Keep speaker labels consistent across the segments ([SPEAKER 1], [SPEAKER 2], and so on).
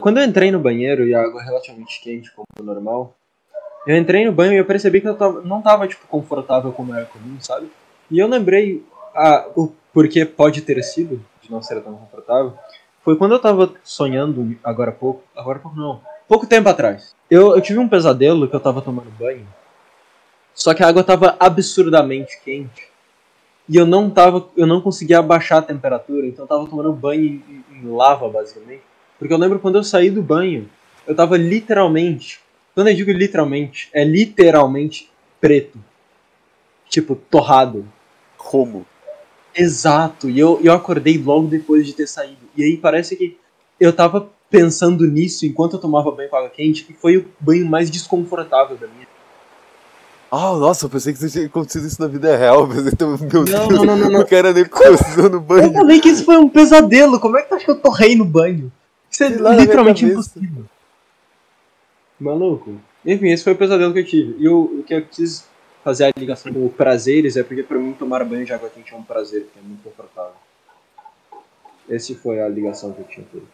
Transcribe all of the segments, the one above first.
[SPEAKER 1] Quando eu entrei no banheiro e a água relativamente quente, como normal, eu entrei no banho e eu percebi que eu tava- não tava, tipo, confortável como era comum, sabe? E eu lembrei a, o porquê pode ter sido, de não ser tão confortável, foi quando eu tava sonhando agora há pouco, agora há pouco não, pouco tempo atrás. Eu, eu tive um pesadelo que eu tava tomando banho, só que a água tava absurdamente quente. E eu não tava, eu não conseguia abaixar a temperatura, então eu tava tomando banho em, em- em lava, basicamente. Porque eu lembro quando eu saí do banho, eu tava literalmente quando eu digo literalmente, é literalmente preto. Tipo, torrado.
[SPEAKER 2] Como?
[SPEAKER 1] Exato. E eu, eu acordei logo depois de ter saído. E aí parece que eu tava pensando nisso enquanto eu tomava banho com água quente, e foi o banho mais desconfortável da minha.
[SPEAKER 2] Ah, nossa, eu pensei que você tinha acontecido isso na vida real. Eu pensei, então, meu
[SPEAKER 1] Não,
[SPEAKER 2] Deus,
[SPEAKER 1] não, não, não, não.
[SPEAKER 2] o cara nem coçou no
[SPEAKER 1] Eu
[SPEAKER 2] banho.
[SPEAKER 1] falei que isso foi um pesadelo. Como é que tu acha que eu torrei no banho? Isso é
[SPEAKER 2] Sei lá, na minha
[SPEAKER 1] literalmente
[SPEAKER 2] cabeça.
[SPEAKER 1] impossível. Maluco. Enfim, esse foi o pesadelo que eu tive. E o, o que eu quis fazer a ligação com o prazeres é porque pra mim tomar banho de água quente é um prazer, porque é muito confortável. Esse foi a ligação que eu tinha feito.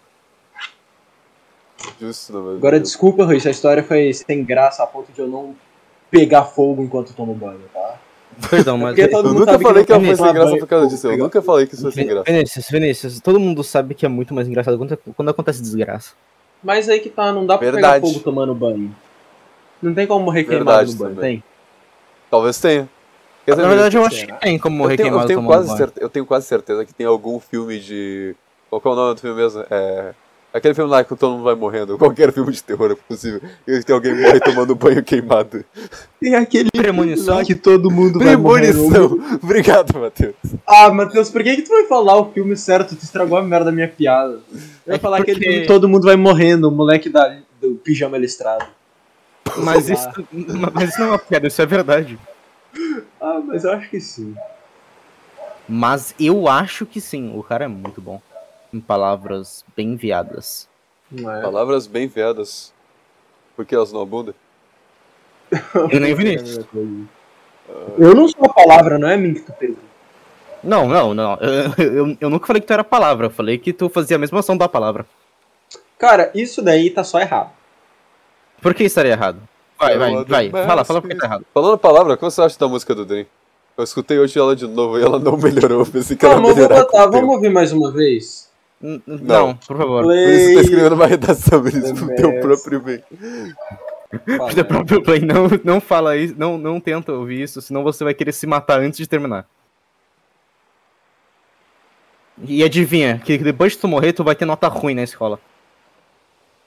[SPEAKER 2] Justo, né, não, meu
[SPEAKER 1] Agora,
[SPEAKER 2] Deus.
[SPEAKER 1] desculpa, Rui, se a história foi sem graça a ponto de eu não pegar fogo enquanto eu tomo banho, tá?
[SPEAKER 3] Perdão, mas. é
[SPEAKER 1] Porque todo
[SPEAKER 2] Eu
[SPEAKER 1] mundo
[SPEAKER 2] nunca
[SPEAKER 1] sabe que
[SPEAKER 2] falei
[SPEAKER 1] não
[SPEAKER 2] que ela
[SPEAKER 1] tem
[SPEAKER 2] foi sem
[SPEAKER 1] tomar
[SPEAKER 2] graça
[SPEAKER 1] banho
[SPEAKER 2] por causa
[SPEAKER 1] com
[SPEAKER 2] disso. Eu
[SPEAKER 1] pegar-
[SPEAKER 2] nunca falei que isso foi sem
[SPEAKER 3] Ven-
[SPEAKER 2] graça.
[SPEAKER 3] Vinícius, Vinícius, todo mundo sabe que é muito mais engraçado quando, quando acontece desgraça.
[SPEAKER 1] Mas aí que tá, não dá pra
[SPEAKER 2] Verdade.
[SPEAKER 1] pegar fogo tomando banho. Não tem como morrer queimado
[SPEAKER 2] Verdade
[SPEAKER 1] no banho,
[SPEAKER 2] também.
[SPEAKER 1] tem?
[SPEAKER 2] Talvez tenha. Quer dizer,
[SPEAKER 3] Na verdade, eu acho
[SPEAKER 1] será?
[SPEAKER 3] que tem como
[SPEAKER 2] é eu
[SPEAKER 3] morrer
[SPEAKER 2] tenho, eu,
[SPEAKER 3] queimado
[SPEAKER 2] tenho
[SPEAKER 3] tomando
[SPEAKER 2] quase
[SPEAKER 3] banho.
[SPEAKER 2] certeza, eu tenho quase certeza que tem algum filme de. Qual que é o nome do filme mesmo? É. Aquele filme lá que todo mundo vai morrendo, qualquer filme de terror é possível. E tem alguém que morre tomando banho queimado.
[SPEAKER 1] Tem aquele
[SPEAKER 3] Premonição.
[SPEAKER 1] que todo mundo vai morrer.
[SPEAKER 2] Premonição! Obrigado, Matheus.
[SPEAKER 1] Ah, Matheus, por que, que tu vai falar o filme certo? Tu estragou a merda da minha piada. Eu ia
[SPEAKER 3] É
[SPEAKER 1] falar
[SPEAKER 3] porque-
[SPEAKER 1] aquele filme Todo Mundo Vai Morrendo, o moleque da, do pijama listrado.
[SPEAKER 2] é
[SPEAKER 3] Mas
[SPEAKER 1] Sei
[SPEAKER 3] isso, mas isso não é uma piada, isso é verdade.
[SPEAKER 1] Ah, mas eu acho que sim.
[SPEAKER 3] Mas eu acho que sim, o cara é muito bom. Em palavras bem viadas.
[SPEAKER 1] Não é?
[SPEAKER 2] Palavras bem vedas. Porque elas não abundam.
[SPEAKER 3] Eu nem o
[SPEAKER 1] É
[SPEAKER 3] Vinícius.
[SPEAKER 1] Eu não sou a palavra, não é a mim que tu pegou.
[SPEAKER 3] Não, não, não. Eu, eu- eu nunca falei que tu era palavra, eu falei que tu fazia a mesma ação da palavra.
[SPEAKER 1] Cara, isso daí tá só errado.
[SPEAKER 3] Por que estaria errado? Vai, vai, vai. Fala, fala por que tá errado.
[SPEAKER 2] Falando a palavra, o que você acha da música do Dream? Eu escutei hoje ela de novo e ela não melhorou. Eu Pensei que ela
[SPEAKER 1] Calma, eu vou
[SPEAKER 2] melhorava.
[SPEAKER 1] botar, Tá, vamos ouvir mais uma vez.
[SPEAKER 3] N- n-
[SPEAKER 2] Não.
[SPEAKER 3] Não, por favor.
[SPEAKER 2] Por isso que tá
[SPEAKER 1] Play.
[SPEAKER 2] escrevendo uma redação, Vinícius, pro teu
[SPEAKER 1] Meu
[SPEAKER 2] próprio bem.
[SPEAKER 1] Fala.
[SPEAKER 3] The próprio play, não, não fala isso, não, não tenta ouvir isso, senão você vai querer se matar antes de terminar. E adivinha, que depois de tu morrer, tu vai ter nota ruim na escola.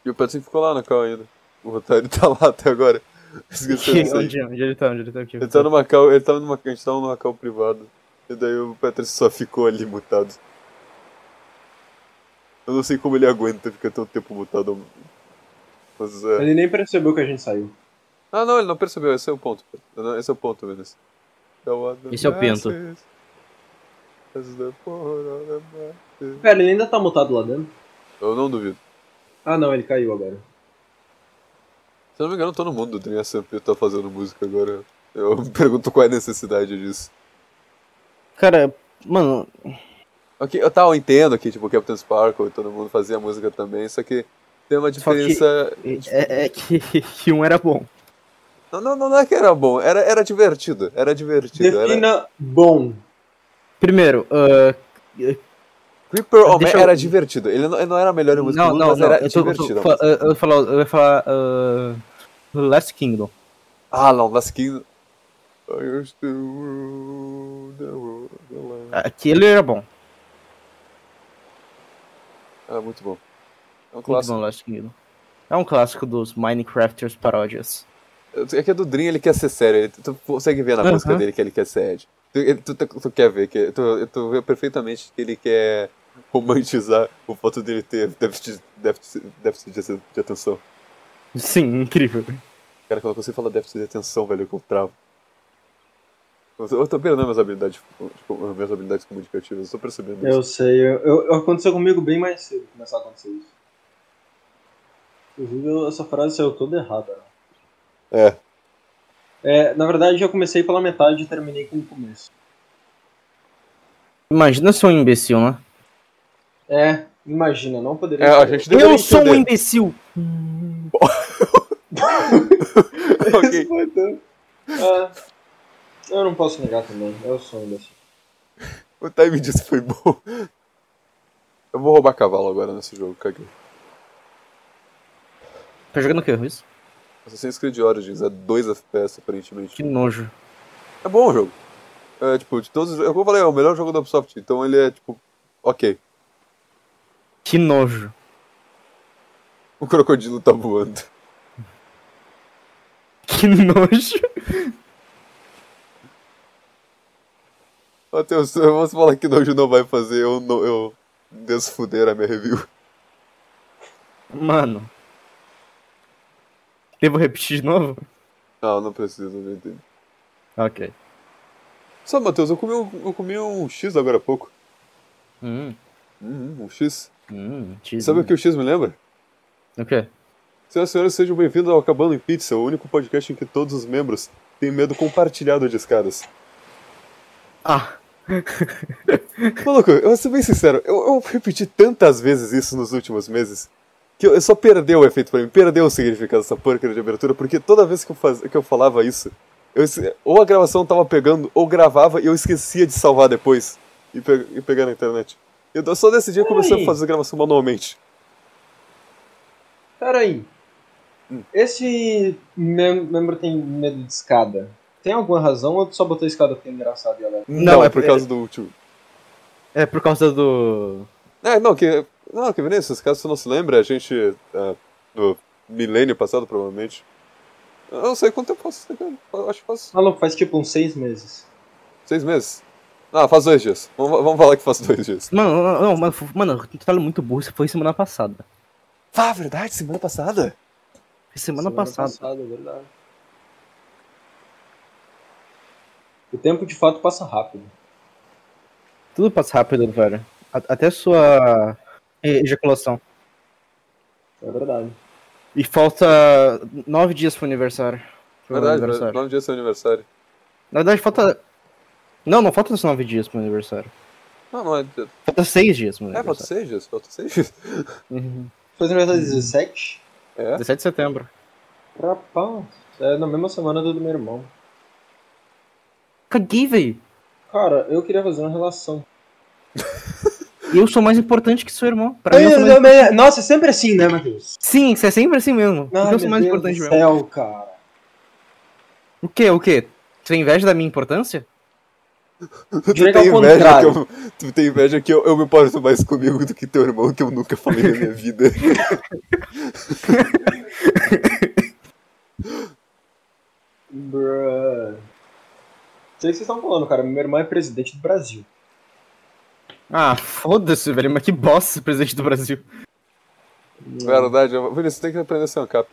[SPEAKER 2] E o Peterson ficou lá na cal ainda. O Rotário tá lá até agora. Esqueceu
[SPEAKER 3] Que,
[SPEAKER 2] disso aí.
[SPEAKER 3] onde, onde ele tá? Onde ele tá aqui?
[SPEAKER 2] Ele tá numa cal, ele tava numa, a gente tava numa cal privada. E daí o Peterson só ficou ali mutado. Eu não sei como ele aguenta ficar tanto tempo mutado. Mas é.
[SPEAKER 1] Ele nem percebeu que a gente saiu.
[SPEAKER 2] Ah, não, ele não percebeu, esse é o ponto. Não, Esse é o ponto, Vinícius. Então,
[SPEAKER 3] Esse é o pinto.
[SPEAKER 1] Pera, ele ainda tá mutado lá dentro?
[SPEAKER 2] Eu não duvido.
[SPEAKER 1] Ah, não, ele caiu agora.
[SPEAKER 2] Se eu não me engano, todo mundo do Dream SMP tá fazendo música agora. Eu me pergunto qual é a necessidade disso.
[SPEAKER 3] Cara, mano,
[SPEAKER 2] Ok, eu, tá, eu entendo que, tipo, o Captain Sparkle e todo mundo fazia música também, só que tem uma
[SPEAKER 3] Só que-
[SPEAKER 2] diferença.
[SPEAKER 3] é, é que, que um era bom.
[SPEAKER 2] Não, não, não é que era bom, era, era divertido. Era divertido. Era...
[SPEAKER 1] Defina bom.
[SPEAKER 3] Primeiro, ah,
[SPEAKER 2] Creeper Homem
[SPEAKER 3] Deixa eu-
[SPEAKER 2] era divertido. Ele não, ele não era a melhor música
[SPEAKER 3] não,
[SPEAKER 2] do mundo,
[SPEAKER 3] não,
[SPEAKER 2] mas
[SPEAKER 3] não,
[SPEAKER 2] era
[SPEAKER 3] eu, tô, eu,
[SPEAKER 2] divertido.
[SPEAKER 3] tô, fa- eu, eu, ia falar- eu ia falar ah, Last Kingdom.
[SPEAKER 2] Ah, não, Last King. I used to rule the world alone.
[SPEAKER 3] Aquele era bom,
[SPEAKER 2] Ah, muito bom. É um
[SPEAKER 3] muito
[SPEAKER 2] clássico.
[SPEAKER 3] bom Last Kingdom. É um clássico dos Minecrafters paródias.
[SPEAKER 2] É que é do Dream, ele quer ser sério. ele- tu consegue ver na
[SPEAKER 3] Aham.
[SPEAKER 2] música dele que ele quer ser Ed. Tu, ele- tu, tu- tu quer ver, que, tu, tu vê perfeitamente que ele quer romantizar o fato dele ter déficit, déficit, déficit de, de atenção.
[SPEAKER 3] Sim, incrível.
[SPEAKER 2] Cara, quando você fala déficit de atenção, velho, eu travo. Eu tô- Eu tô perdendo minhas habilidades, tipo, minhas habilidades comunicativas, eu tô percebendo
[SPEAKER 1] Eu
[SPEAKER 2] isso.
[SPEAKER 1] sei, eu, eu- aconteceu comigo bem mais cedo que começou a acontecer isso. Inclusive, eu- essa frase saiu toda errada.
[SPEAKER 2] É.
[SPEAKER 1] É, na verdade, eu comecei pela metade e terminei com o começo.
[SPEAKER 3] Imagina ser um imbecil, né?
[SPEAKER 1] É, Imagina, não poderia.
[SPEAKER 2] É, a
[SPEAKER 1] ser.
[SPEAKER 2] gente deveria
[SPEAKER 3] eu sou um
[SPEAKER 2] entender.
[SPEAKER 3] imbecil!
[SPEAKER 2] Ok.
[SPEAKER 1] Então, ah, eu não posso negar também, eu sou um desses.
[SPEAKER 2] O time disso foi bom. Eu vou roubar cavalo agora nesse jogo, caguei.
[SPEAKER 3] Tá jogando o que, Ruiz?
[SPEAKER 2] Assassin's Creed Origins é 2 FPS, aparentemente.
[SPEAKER 3] Que nojo.
[SPEAKER 2] É bom o jogo. É, tipo, de todos os... Eu falei, é o melhor jogo da Ubisoft, então ele é, tipo, ok.
[SPEAKER 3] Que nojo.
[SPEAKER 2] O crocodilo tá voando.
[SPEAKER 3] Que nojo.
[SPEAKER 2] Matheus, vamos falar que nojo não vai fazer, eu não... Eu... Desfuder a minha review.
[SPEAKER 3] Mano. Devo repetir de novo?
[SPEAKER 2] Não, não precisa, já entendi.
[SPEAKER 3] Ok.
[SPEAKER 2] Só, Matheus, eu comi, um, eu comi um X agora há pouco.
[SPEAKER 3] Hum,
[SPEAKER 2] Uhum, um X.
[SPEAKER 3] hum, tizinho.
[SPEAKER 2] Sabe o que o X me lembra?
[SPEAKER 3] O quê?
[SPEAKER 2] Senhoras e senhores, sejam bem-vindos ao Acabando em Pizza, o único podcast em que todos os membros têm medo compartilhado de escadas.
[SPEAKER 3] Ah,
[SPEAKER 2] Maluco, eu vou ser bem sincero, eu, eu repeti tantas vezes isso nos últimos meses que eu, eu só perdeu o efeito pra mim, perdeu o significado dessa porcaria de abertura, porque toda vez que eu, faz, que eu falava isso, eu esque- ou a gravação tava pegando, ou gravava e eu esquecia de salvar depois e, pe- e pegar na internet. Eu só decidi começar a
[SPEAKER 1] Ai.
[SPEAKER 2] fazer gravação manualmente.
[SPEAKER 1] Peraí.
[SPEAKER 2] Hum.
[SPEAKER 1] Esse mem- membro tem medo de escada. Tem alguma razão ou tu só botou escada porque é engraçado, galera?
[SPEAKER 2] Não, é por
[SPEAKER 3] é-
[SPEAKER 2] causa do último.
[SPEAKER 3] é por causa do.
[SPEAKER 2] É, não, que. Não, que Vinícius, caso você não se lembre, a gente. ah, do milênio passado, provavelmente. Eu não sei quanto tempo faz. eu Acho que faz
[SPEAKER 1] Maluco, faz tipo uns seis meses.
[SPEAKER 2] seis meses. Ah, faz dois dias. Vamos, vamos falar que faz dois dias.
[SPEAKER 3] Mano, não, não, mano, f- mano, tu tá muito burro, isso foi semana passada.
[SPEAKER 2] Ah, verdade, semana passada?
[SPEAKER 3] Foi semana, passada.
[SPEAKER 1] é verdade. O tempo de fato passa rápido.
[SPEAKER 3] Tudo passa rápido, velho. A- até sua e- ejaculação.
[SPEAKER 1] É verdade.
[SPEAKER 3] E falta nove dias pro aniversário. Pro
[SPEAKER 2] Verdade,
[SPEAKER 3] aniversário.
[SPEAKER 2] nove dias é seu aniversário.
[SPEAKER 3] Na verdade, falta. Não, não falta só nove dias pro aniversário.
[SPEAKER 2] Não, não, é.
[SPEAKER 3] Falta seis dias pro
[SPEAKER 2] É, falta
[SPEAKER 3] aniversário.
[SPEAKER 2] seis dias, falta seis dias.
[SPEAKER 3] Uhum.
[SPEAKER 1] Faz aniversário 17?
[SPEAKER 2] É?
[SPEAKER 3] 17 de setembro.
[SPEAKER 1] Rapaz, é na mesma semana do do meu irmão.
[SPEAKER 3] Caguei, velho.
[SPEAKER 1] Cara, eu queria fazer uma relação.
[SPEAKER 3] Eu sou mais importante que seu irmão. Pra mim, eu sou mais...
[SPEAKER 1] Nossa, é sempre assim, né, Matheus?
[SPEAKER 3] Sim, isso é sempre assim mesmo.
[SPEAKER 2] Ah,
[SPEAKER 3] Porque eu sou mais importante mesmo.
[SPEAKER 1] céu, cara.
[SPEAKER 3] O quê? O quê? Tu tem inveja da minha importância?
[SPEAKER 2] Tu
[SPEAKER 1] Direito
[SPEAKER 2] tem
[SPEAKER 1] ao
[SPEAKER 2] inveja que
[SPEAKER 1] contrário.
[SPEAKER 2] eu, tu tem inveja que eu, eu me importo mais comigo do que teu irmão, que eu nunca falei na minha vida.
[SPEAKER 1] Bruh. Sei o que vocês estão falando, cara. Meu irmão é presidente do Brasil.
[SPEAKER 3] Ah, foda-se, velho. Mas que bosta, presidente do Brasil.
[SPEAKER 2] Verdade, eu... Vinícius, você tem que aprender a ser um cap.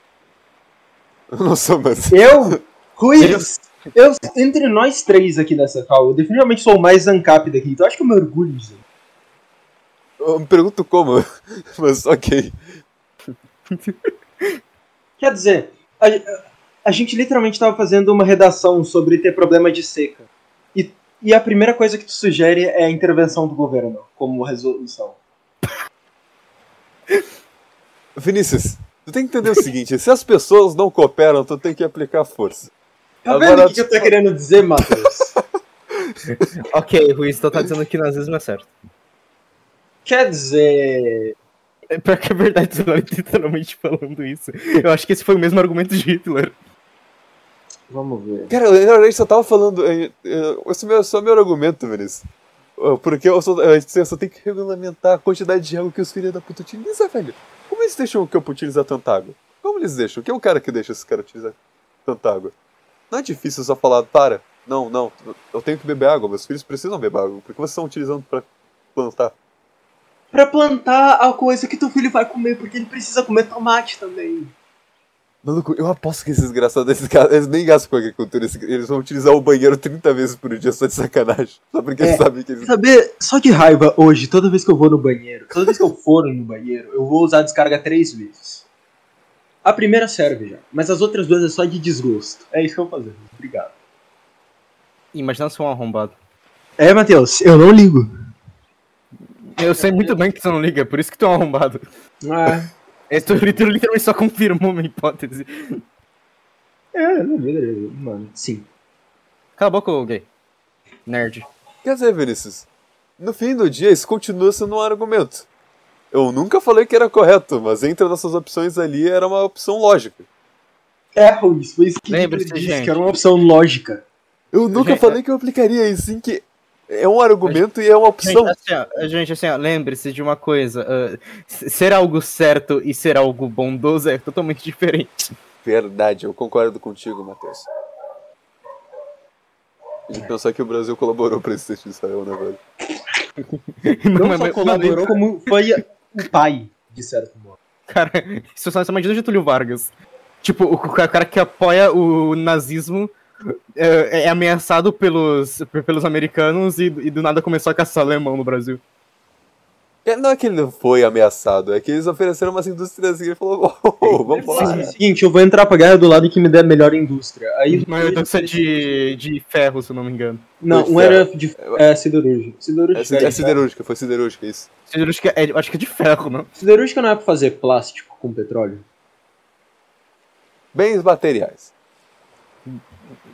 [SPEAKER 2] Eu não sou mais.
[SPEAKER 1] Eu? Ruiz! Eu, entre nós três aqui nessa call, eu definitivamente sou o mais ancap daqui, então acho que eu me orgulho disso.
[SPEAKER 2] Eu me pergunto como, mas ok.
[SPEAKER 1] Quer dizer, a, a gente literalmente tava fazendo uma redação sobre ter problema de seca. E, e a primeira coisa que tu sugere é a intervenção do governo como resolução.
[SPEAKER 2] Vinícius, tu tem que entender o seguinte: se as pessoas não cooperam, tu tem que aplicar força.
[SPEAKER 1] Tá
[SPEAKER 2] Agora-
[SPEAKER 1] vendo o que, que eu tô querendo dizer, Matheus?
[SPEAKER 3] Ok, Ruiz, tu tá dizendo que nazismo é certo.
[SPEAKER 1] Quer dizer.
[SPEAKER 3] É pior que é verdade, tu tá literalmente falando isso. Eu acho que esse foi o mesmo argumento de Hitler.
[SPEAKER 1] Vamos ver.
[SPEAKER 2] Cara, eu na verdade só tava falando. eh, eh, Esse meu- esse é o meu argumento, Vinícius. Eh, Porque eu só, eh, eu só tenho que regulamentar a quantidade de água que os filhos da puta utilizam, velho. Como eles deixam o campo utilizar tanta água? Como eles deixam? Quem é o cara que deixa esse cara utilizar tanta água? Não é difícil só falar, para, não, não, eu tenho que beber água, meus filhos precisam beber água, porque vocês estão utilizando pra plantar.
[SPEAKER 1] Pra plantar a coisa que teu filho vai comer, porque ele precisa comer tomate também.
[SPEAKER 2] Maluco, eu aposto que esses desgraçados, esses caras, eles nem gastam com agricultura, eles- eles vão utilizar o banheiro 30 vezes por dia só de sacanagem. Só porque
[SPEAKER 1] É.
[SPEAKER 2] eles sabem que eles.
[SPEAKER 1] Saber, só de raiva hoje, toda vez que eu vou no banheiro, toda vez que eu for no banheiro, eu vou usar a descarga três vezes. A primeira serve já, mas as outras duas é só de desgosto. É isso que eu vou fazer. Obrigado.
[SPEAKER 3] Imagina se for um arrombado.
[SPEAKER 1] É, Matheus, eu não ligo.
[SPEAKER 3] Eu sei muito bem que você não liga, é por isso que tu é um arrombado.
[SPEAKER 1] Ah,
[SPEAKER 3] Esse teu livro literalmente só confirmou minha hipótese.
[SPEAKER 1] é, na vida, mano, sim.
[SPEAKER 3] Cala a boca, ô gay. Nerd.
[SPEAKER 2] Quer dizer, Vinícius, no fim do dia isso continua sendo um argumento. Eu nunca falei que era correto, mas entre nossas opções ali era uma opção lógica.
[SPEAKER 1] É, Ruiz, foi isso que
[SPEAKER 3] Lembre-se,
[SPEAKER 1] ele disse,
[SPEAKER 3] gente.
[SPEAKER 1] que era uma opção lógica.
[SPEAKER 2] Eu nunca
[SPEAKER 3] Gente,
[SPEAKER 2] falei que eu aplicaria isso, sim que é um argumento e é uma opção.
[SPEAKER 3] Gente, assim, ó, gente, assim, ó, lembre-se de uma coisa: ah, s- ser algo certo e ser algo bondoso é totalmente diferente.
[SPEAKER 2] Verdade, eu concordo contigo, Matheus. E pensar que o Brasil colaborou pra esse texto de Israel, né, velho?
[SPEAKER 1] Não,
[SPEAKER 3] mas-
[SPEAKER 1] só
[SPEAKER 3] mas-
[SPEAKER 1] colaborou, como foi o pai, de certo modo.
[SPEAKER 3] Cara, isso só isso é uma ajuda de Getúlio Vargas. Tipo, o ca- cara que apoia o nazismo é, é ameaçado pelos, pe- pelos americanos e, e do nada começou a caçar alemão no Brasil.
[SPEAKER 2] É, Não é que ele não foi ameaçado, é que eles ofereceram umas indústrias e ele falou, oh,
[SPEAKER 3] É
[SPEAKER 2] vamos
[SPEAKER 1] Ele
[SPEAKER 2] lá.
[SPEAKER 1] disse o seguinte, é eu vou entrar pra guerra do lado que me der a melhor indústria. Aí,
[SPEAKER 3] Uma herança de, de ferro, se eu não me engano.
[SPEAKER 1] não, um era de é, siderúrgica.
[SPEAKER 2] É,
[SPEAKER 1] Siderúrgica,
[SPEAKER 3] né?
[SPEAKER 2] cide- é siderúrgica, foi siderúrgica, isso.
[SPEAKER 3] Acho que, é, acho que é de ferro, não?
[SPEAKER 1] siderúrgica não é pra fazer plástico com petróleo?
[SPEAKER 2] Bens materiais.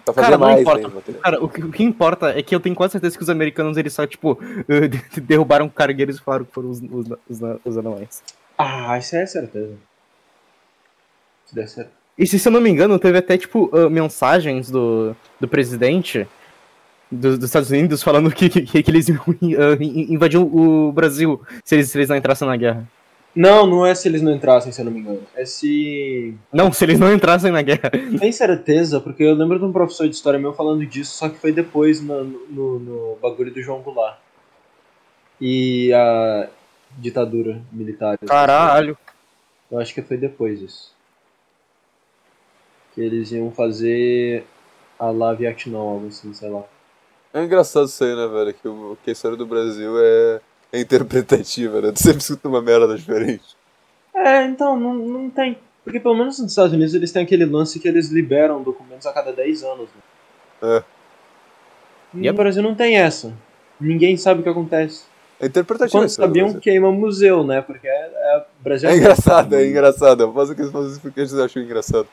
[SPEAKER 2] Pra fazer
[SPEAKER 3] Cara, não
[SPEAKER 2] mais
[SPEAKER 3] importa.
[SPEAKER 2] bens materiais.
[SPEAKER 3] Cara, o que, o que importa é que eu tenho quase certeza que os americanos eles só, tipo, eh, de- derrubaram cargueiros e falaram que foram os, os, os, os alemães.
[SPEAKER 1] Ah, isso é certeza. Isso der certo.
[SPEAKER 3] E se, se eu não me engano, teve até, tipo, ah, mensagens do, do presidente dos, dos Estados Unidos falando que, que, que eles iam ah, in- invadir o Brasil se eles, se eles não entrassem na guerra.
[SPEAKER 1] Não, não é se eles não entrassem, se eu não me engano. É se.
[SPEAKER 3] Não, se eles não entrassem na guerra.
[SPEAKER 1] Tem certeza, porque eu lembro de um professor de história meu falando disso, só que foi depois no, no, no bagulho do João Goulart. E a ditadura militar.
[SPEAKER 3] Caralho.
[SPEAKER 1] Eu acho que foi depois isso. Que eles iam fazer a lá Vietnã, algo assim, sei lá.
[SPEAKER 2] É engraçado isso aí, né, velho? Que, o- que a história do Brasil é, é interpretativa, né? Tu sempre escuta uma merda diferente.
[SPEAKER 1] É, então, não, não tem. Porque pelo menos nos Estados Unidos eles têm aquele lance que eles liberam documentos a cada 10 anos. Né?
[SPEAKER 2] É.
[SPEAKER 1] No
[SPEAKER 3] Yep.
[SPEAKER 1] Brasil não tem essa. Ninguém sabe o que acontece.
[SPEAKER 2] É interpretativa a
[SPEAKER 1] Quando
[SPEAKER 2] história do
[SPEAKER 1] sabiam,
[SPEAKER 2] Brasil.
[SPEAKER 1] queima museu, né? Porque é, é Brasil.
[SPEAKER 2] É engraçado, é engraçado. Eu faço aqueles faço isso porque eles acham engraçado.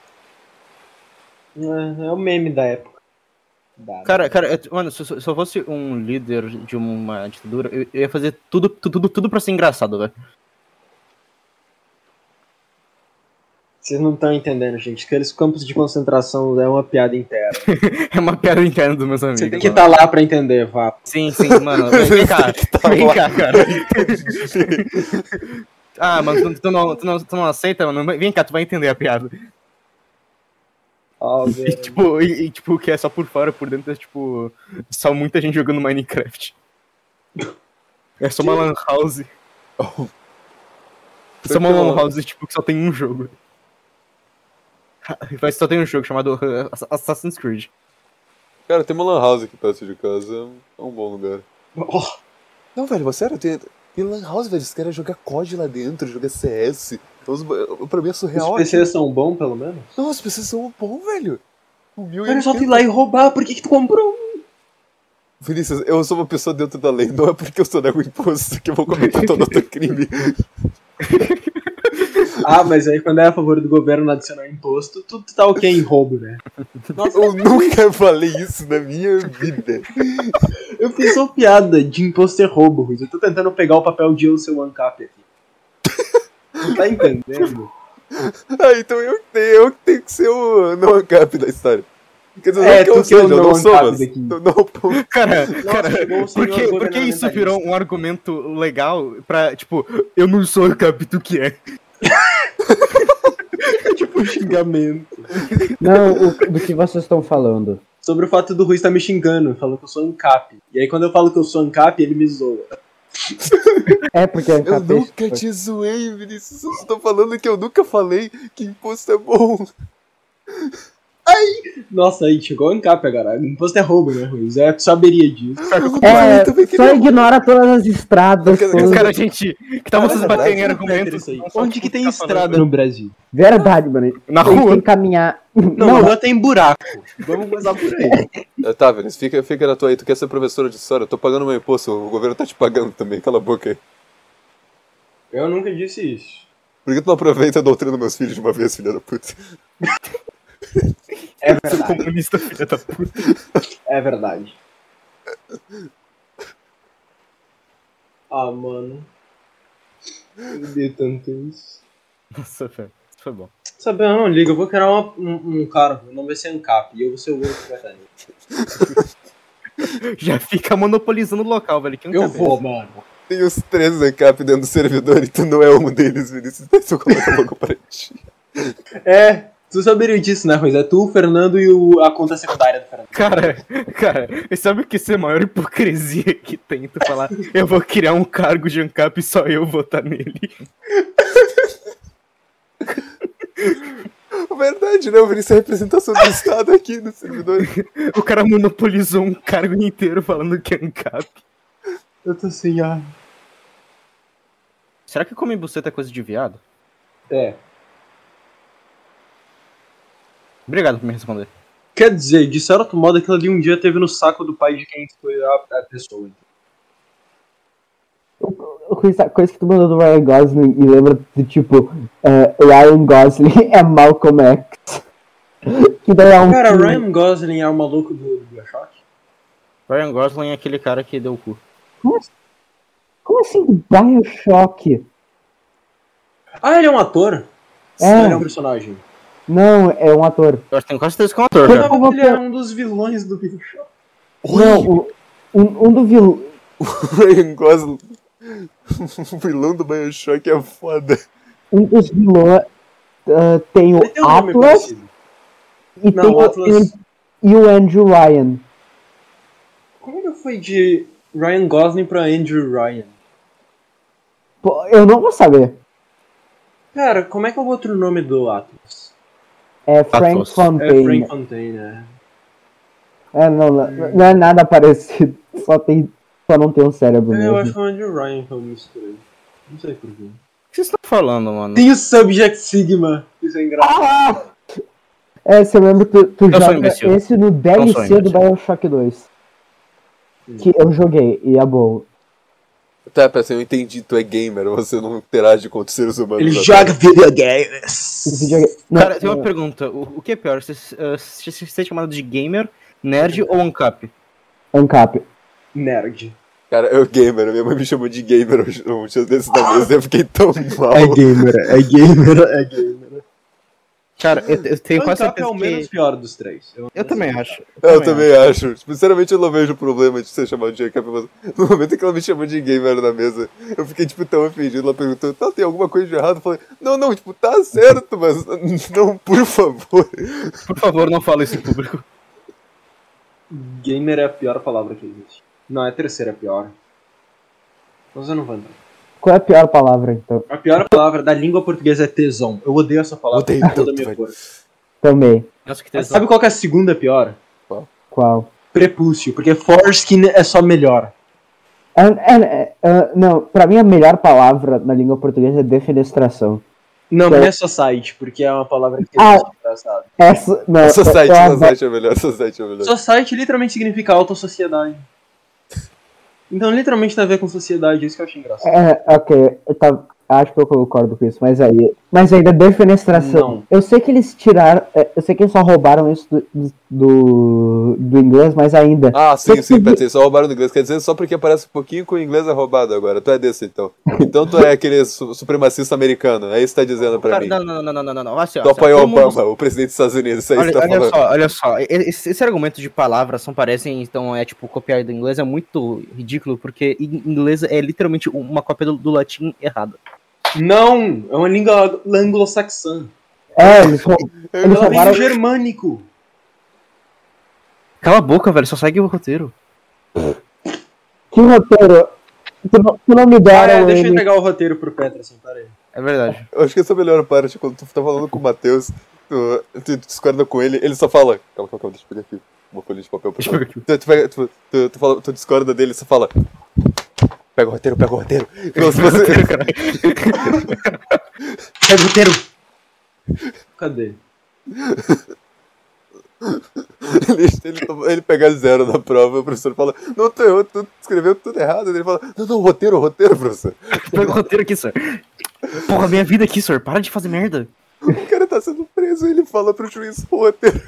[SPEAKER 1] É, é o meme da época. né? Da-
[SPEAKER 3] Cara, cara, eu- mano, se, se eu fosse um líder de uma ditadura, eu, eu ia fazer tudo, tudo, tudo, tudo pra ser engraçado, velho.
[SPEAKER 1] Vocês não estão entendendo, gente. Aqueles campos de concentração é uma piada interna.
[SPEAKER 3] É uma piada interna dos meus amigos.
[SPEAKER 1] Você tem que
[SPEAKER 3] mano.
[SPEAKER 1] estar lá pra entender, vá.
[SPEAKER 3] Sim, sim, mano. Vem, vem cá. Vem cá, cara. ah, mano, tu, tu não, tu, não, tu não aceita, mano? Vem cá, tu vai entender a piada.
[SPEAKER 1] Ó,
[SPEAKER 3] E,
[SPEAKER 1] velho.
[SPEAKER 3] tipo, e, e, tipo, o que é só por fora, por dentro é, tipo, só muita gente jogando Minecraft. É só uma lan house. É só uma lan house, tipo, que só tem um jogo. Parece que só tem um jogo chamado uh, Ass- Assassin's Creed.
[SPEAKER 2] Cara, tem uma lan house aqui perto de casa. É um- é um bom lugar.
[SPEAKER 1] Ó,
[SPEAKER 2] Não, velho, mas sério, tem, tem lan house, velho. Os caras jogam COD lá dentro, jogam CS. Então, os, pra mim é surreal.
[SPEAKER 1] os PCs são bons, pelo menos?
[SPEAKER 2] Não, as pessoas são bom, velho. O um meu
[SPEAKER 1] Cara, é só tu ir lá e roubar, por que, que tu comprou?
[SPEAKER 2] Vinícius, eu sou uma pessoa dentro da lei, não é porque eu sou nego imposto que eu vou cometer todo outro crime.
[SPEAKER 1] Ah, mas aí quando é a favor do governo adicionar imposto, tu, tu tá ok em roubo, né?
[SPEAKER 2] Eu nunca falei isso na minha vida.
[SPEAKER 1] Eu fiz só piada de imposto é roubo, Ruiz. Eu tô tentando pegar o papel de eu ser o ANCAP aqui. Tu tá entendendo?
[SPEAKER 2] Ah, então eu que tenho, eu que tenho que ser o não cap da história. Quer dizer,
[SPEAKER 1] É,
[SPEAKER 2] não que eu
[SPEAKER 1] tu que é o
[SPEAKER 2] seja, eu não
[SPEAKER 1] não
[SPEAKER 2] sou,
[SPEAKER 1] ancap
[SPEAKER 2] mas...
[SPEAKER 1] daqui.
[SPEAKER 2] Não, não,
[SPEAKER 3] Cara, cara,
[SPEAKER 1] chegou o
[SPEAKER 3] por
[SPEAKER 1] senhor
[SPEAKER 3] que, por que isso virou um argumento legal pra, tipo, eu não sou o capítulo que é?
[SPEAKER 1] tipo um xingamento.
[SPEAKER 4] Não, o, do que vocês estão falando.
[SPEAKER 1] Sobre o fato do Ruiz tá me xingando, falando que eu sou ANCAP. E aí quando eu falo que eu sou ANCAP, ele me zoa.
[SPEAKER 4] É porque é um
[SPEAKER 2] eu
[SPEAKER 4] capeta.
[SPEAKER 2] nunca te zoei, Vinícius. Eu estou falando que eu nunca falei que imposto é bom.
[SPEAKER 1] Nossa, aí chegou o ANCAP agora. Imposto é roubo, né, Ruiz? É, tu saberia disso.
[SPEAKER 2] Eu não falei
[SPEAKER 4] É,
[SPEAKER 2] também que
[SPEAKER 4] só
[SPEAKER 2] não.
[SPEAKER 4] ignora todas as estradas.
[SPEAKER 2] Cara,
[SPEAKER 4] todas-
[SPEAKER 3] Cara, gente, que tal
[SPEAKER 2] Cara,
[SPEAKER 3] Então vocês
[SPEAKER 2] é verdade,
[SPEAKER 3] baterem
[SPEAKER 1] Não
[SPEAKER 3] argumentos?
[SPEAKER 1] interessa isso aí.
[SPEAKER 3] não só
[SPEAKER 1] Onde que
[SPEAKER 3] tu
[SPEAKER 1] tem
[SPEAKER 3] tá falando.
[SPEAKER 1] estrada no Brasil?
[SPEAKER 4] Verdade, mano.
[SPEAKER 3] Na
[SPEAKER 4] A gente tem
[SPEAKER 3] rua?
[SPEAKER 4] que caminhar.
[SPEAKER 1] Não, não, tem buraco. Vamos começar por aí. é
[SPEAKER 2] Ah, Tá, Vinícius, fica, fica na tua aí. Tu quer ser professora de história? Eu tô pagando meu imposto, o governo tá te pagando também. Cala a boca aí.
[SPEAKER 1] Eu nunca disse isso.
[SPEAKER 2] Por que tu não aproveita a doutrina dos meus filhos de uma vez, filha da puta?
[SPEAKER 1] É
[SPEAKER 3] Seu
[SPEAKER 1] verdade.
[SPEAKER 3] comunista, filha da puta.
[SPEAKER 1] É verdade. Ah, mano. Eu odeio tanto isso.
[SPEAKER 3] Nossa, velho. Isso foi bom.
[SPEAKER 1] Sabe, eu não ligo, eu vou criar uma- um, um cargo, o nome vai ser Ancap, e eu vou ser o único que vai estar nele.
[SPEAKER 3] Já fica monopolizando o local, velho. Que não
[SPEAKER 1] Eu
[SPEAKER 3] cabe.
[SPEAKER 1] vou, mano.
[SPEAKER 2] Tem os três Zancap dentro do servidor e tu não é um deles, Vinícius. Deixa eu colocar logo pra ti.
[SPEAKER 1] É, tu saberia disso, né, Rosa? É tu, o Fernando e o- a conta secundária do Fernando.
[SPEAKER 3] Cara, cara, sabe o que isso é a maior hipocrisia que tem? Tu falar, eu vou criar um cargo de ANCAP e só eu votar nele.
[SPEAKER 2] Verdade, né? O Vinícius é a representação do Estado aqui no servidor.
[SPEAKER 3] O cara monopolizou um cargo inteiro falando que é ANCAP.
[SPEAKER 1] Eu tô assim, ah.
[SPEAKER 3] Será que comer buceta é coisa de viado?
[SPEAKER 1] É.
[SPEAKER 3] Obrigado por me responder.
[SPEAKER 1] Quer dizer, de certo modo, aquilo ali um dia teve no saco do pai de quem foi a, a pessoa.
[SPEAKER 4] Coisa, coisa que tu mandou do Ryan Gosling e lembra do tipo eh, Ryan Gosling é Malcolm X. Que daí é um.
[SPEAKER 1] Cara,
[SPEAKER 4] filme-
[SPEAKER 1] Ryan Gosling é o maluco do, do Bioshock?
[SPEAKER 3] Ryan Gosling é aquele cara que deu o cu.
[SPEAKER 4] assim? Como assim do Bioshock?
[SPEAKER 1] Ah, ele é um ator?
[SPEAKER 4] É.
[SPEAKER 1] Sim, ele é um personagem.
[SPEAKER 4] Não, é um ator.
[SPEAKER 3] Eu acho que tem quase três com ator,
[SPEAKER 1] Eu
[SPEAKER 3] cara.
[SPEAKER 1] tava
[SPEAKER 4] vou
[SPEAKER 1] ele
[SPEAKER 4] pe-
[SPEAKER 1] era um dos vilões do Bioshock.
[SPEAKER 4] Não, o- um, um do vilão.
[SPEAKER 2] Ryan Gosling. O vilão do Bioshock é foda.
[SPEAKER 4] Um dos vilões ah, tem o
[SPEAKER 1] Ele tem um nome
[SPEAKER 4] Atlas
[SPEAKER 1] parecido.
[SPEAKER 4] e
[SPEAKER 1] Não,
[SPEAKER 4] tem o
[SPEAKER 1] Atlas-
[SPEAKER 4] e o Andrew Ryan.
[SPEAKER 1] Como é que foi de Ryan Gosling pra Andrew Ryan?
[SPEAKER 4] Pô, Eu não vou saber.
[SPEAKER 1] Cara, como é que é o outro nome do Atlas?
[SPEAKER 4] É Frank
[SPEAKER 3] Atlas.
[SPEAKER 1] É
[SPEAKER 4] Fontaine.
[SPEAKER 1] Frank Fontaine, né?
[SPEAKER 4] É, não, não, não é nada parecido. Só tem. Só não tem um cérebro
[SPEAKER 1] É,
[SPEAKER 4] mesmo.
[SPEAKER 1] Eu acho que é o Andrew Ryan que eu misturei. Não sei porquê.
[SPEAKER 3] O que vocês estão falando, mano?
[SPEAKER 1] Tem o Subject Sigma. Isso é engraçado.
[SPEAKER 4] Ah! É, você lembra que tu, tu
[SPEAKER 3] sou
[SPEAKER 4] joga
[SPEAKER 3] imbecil.
[SPEAKER 4] esse no DLC
[SPEAKER 3] imbecil.
[SPEAKER 4] do Bioshock 2. Que eu joguei, e é bom.
[SPEAKER 2] Tá, peça, eu entendi, tu é gamer, você não interage com outros seres humanos. né?
[SPEAKER 1] Ele
[SPEAKER 2] até.
[SPEAKER 1] joga
[SPEAKER 4] O
[SPEAKER 1] videogames.
[SPEAKER 4] videogame- Não,
[SPEAKER 3] Cara, tem
[SPEAKER 4] não,
[SPEAKER 3] uma pergunta. O, o que é pior, ser, eh, ser ser chamado de gamer,
[SPEAKER 1] É.
[SPEAKER 3] nerd ou ANCAP?
[SPEAKER 4] Ancap.
[SPEAKER 1] Nerd.
[SPEAKER 2] Cara, eu gamer, minha mãe me chamou de gamer hoje- um dia desse da mesa, eu fiquei tão mal.
[SPEAKER 1] gamer, é gamer, é gamer.
[SPEAKER 3] Cara, eu, eu tenho
[SPEAKER 1] O
[SPEAKER 3] quase
[SPEAKER 1] Ancap é
[SPEAKER 3] certeza
[SPEAKER 1] o menos
[SPEAKER 3] que...
[SPEAKER 1] pior dos três.
[SPEAKER 3] Eu também acho.
[SPEAKER 2] Eu também acho. Tipo, Sinceramente, eu não vejo problema de ser chamado de ANCAP. mas No momento que ela me chamou de gamer na mesa, eu fiquei, tipo, tão ofendido. Ela perguntou, tá, tem alguma coisa de errado? Eu falei, não, não, tipo, tá certo, mas não, por favor.
[SPEAKER 3] Por favor, não fala isso em público.
[SPEAKER 1] Gamer é a pior palavra que existe. Não, é a terceira pior. Mas eu não vou entrar.
[SPEAKER 4] Qual é a pior palavra, então?
[SPEAKER 1] A pior palavra da língua portuguesa é tesão. Eu odeio essa palavra
[SPEAKER 2] Odeio
[SPEAKER 1] com toda a
[SPEAKER 2] tanto,
[SPEAKER 1] minha
[SPEAKER 2] velho.
[SPEAKER 1] força.
[SPEAKER 4] Também.
[SPEAKER 3] Nossa, que
[SPEAKER 1] Mas Sabe qual que é a segunda pior?
[SPEAKER 4] Qual?
[SPEAKER 1] Prepúcio, porque foreskin é só melhor.
[SPEAKER 4] Ah, ah, ah, ah, não, pra mim a melhor palavra na língua portuguesa é defenestração.
[SPEAKER 1] Não,
[SPEAKER 4] É.
[SPEAKER 1] não é society, porque é uma palavra que
[SPEAKER 4] Ah.
[SPEAKER 1] existe, engraçado.
[SPEAKER 4] Essa, não,
[SPEAKER 2] Essa
[SPEAKER 4] eu-
[SPEAKER 2] site,
[SPEAKER 4] eu
[SPEAKER 2] essa
[SPEAKER 4] adoro-
[SPEAKER 2] site é melhor, essa site é melhor.
[SPEAKER 1] Society literalmente significa autossociedade. Então, literalmente tem a ver com sociedade, isso que eu achei engraçado.
[SPEAKER 4] É, ok, eu tava- acho que eu concordo com isso, mas aí. Mas ainda defenestração.
[SPEAKER 1] Não.
[SPEAKER 4] Eu sei que eles tiraram. é, Eu sei que eles só roubaram isso do, do, do inglês, mas ainda.
[SPEAKER 2] Ah, sim,
[SPEAKER 4] Eu
[SPEAKER 2] sim,
[SPEAKER 4] pedi-
[SPEAKER 2] Petra, só roubaram no inglês. Quer dizer, só porque aparece um pouquinho com o inglês é roubado agora. Tu é desse, então. Então tu é aquele su- supremacista americano. É isso que tá dizendo pra
[SPEAKER 3] Cara,
[SPEAKER 2] mim.
[SPEAKER 3] não, não, não, não, não, não, não. Assim, ó,
[SPEAKER 2] Tu
[SPEAKER 3] assim, ó,
[SPEAKER 2] apoiou
[SPEAKER 3] todo mundo-
[SPEAKER 2] Obama, o presidente dos Estados Unidos. Isso aí
[SPEAKER 3] Olha,
[SPEAKER 2] que tá
[SPEAKER 3] olha
[SPEAKER 2] falando.
[SPEAKER 3] só, olha só. E- Esse, esse argumento de palavras são parecem, então, é tipo, copiar do inglês é muito ridículo, porque em inglês é literalmente uma cópia do, do latim errada.
[SPEAKER 1] Não, é uma língua anglo-saxã.
[SPEAKER 4] É, eles rou-
[SPEAKER 2] Ah,
[SPEAKER 1] Ela
[SPEAKER 2] Eu-
[SPEAKER 4] eles
[SPEAKER 1] vem do
[SPEAKER 4] roubaram.
[SPEAKER 1] germânico.
[SPEAKER 3] Cala a boca, velho, só segue o roteiro.
[SPEAKER 4] Que roteiro? Tu não, tu não me
[SPEAKER 1] Cara,
[SPEAKER 2] Ah, é,
[SPEAKER 4] deram
[SPEAKER 1] deixa eu
[SPEAKER 4] ele.
[SPEAKER 1] entregar o roteiro pro Peterson, pera aí.
[SPEAKER 3] É verdade.
[SPEAKER 2] Eu acho que essa é a melhor parte, quando tu tá falando com o Matheus, tu, tu discorda com ele, ele só fala. Calma, calma, calma, deixa eu pegar aqui uma folha de papel pra
[SPEAKER 3] Deixa eu
[SPEAKER 2] tu,
[SPEAKER 3] ver aqui.
[SPEAKER 2] tu, pega, tu, tu, tu, fala, tu discorda dele, só fala. Pega o roteiro, pega o roteiro. Como Então, se fosse-
[SPEAKER 1] Pega o roteiro. Cadê?
[SPEAKER 2] Ele, ele, tomou- ele pega zero na prova, o professor fala, não, tu errou, tu escreveu tudo errado. Ele fala, não, não, roteiro, roteiro, professor.
[SPEAKER 3] Pega o roteiro aqui, senhor. Porra, minha vida aqui, senhor. Para de fazer merda.
[SPEAKER 2] O cara tá sendo preso, ele fala pro juiz o roteiro.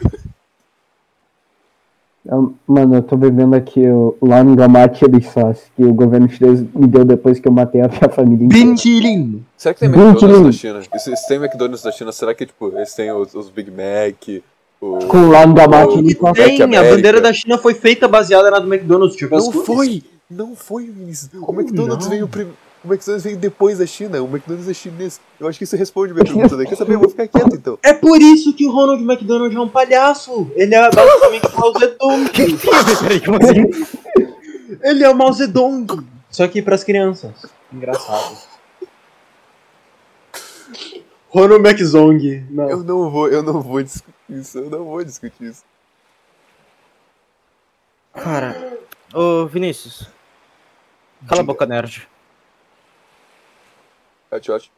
[SPEAKER 4] Eu- Mano, eu tô bebendo aqui o Langamate Bissos, que o governo chinês me deu depois que eu matei a minha família inteira.
[SPEAKER 1] Bentilin!
[SPEAKER 2] Será que tem
[SPEAKER 4] Gente,
[SPEAKER 2] McDonald's da
[SPEAKER 4] não.
[SPEAKER 2] China? Se se tem McDonald's da China, será que, tipo, eles têm os, os Big Mac, o...
[SPEAKER 4] Com o Langamate
[SPEAKER 2] Oh,
[SPEAKER 4] Bissos.
[SPEAKER 2] Mac
[SPEAKER 1] Tem, a
[SPEAKER 2] América.
[SPEAKER 1] bandeira da China foi feita baseada na do McDonald's, tipo, as
[SPEAKER 2] Não
[SPEAKER 1] cores.
[SPEAKER 2] foi! Não foi, Vinícius. O McDonald's
[SPEAKER 1] não?
[SPEAKER 2] veio prim... O McDonald's veio depois da China. O McDonald's é chinês. Eu acho que isso responde minha pergunta. daí. Quer saber? Eu vou ficar quieto então.
[SPEAKER 1] É por isso que o Ronald McDonald é um palhaço. Ele é basicamente o Mao Zedong.
[SPEAKER 3] Peraí, como assim?
[SPEAKER 1] Ele é o Mao Zedong. Só que pras crianças. Engraçado. Ronald McZong. Não.
[SPEAKER 2] Eu não vou, eu não vou discutir isso. Eu não vou discutir isso.
[SPEAKER 3] Cara. Ô, Vinícius. Cala a boca, nerd.
[SPEAKER 2] Headshot.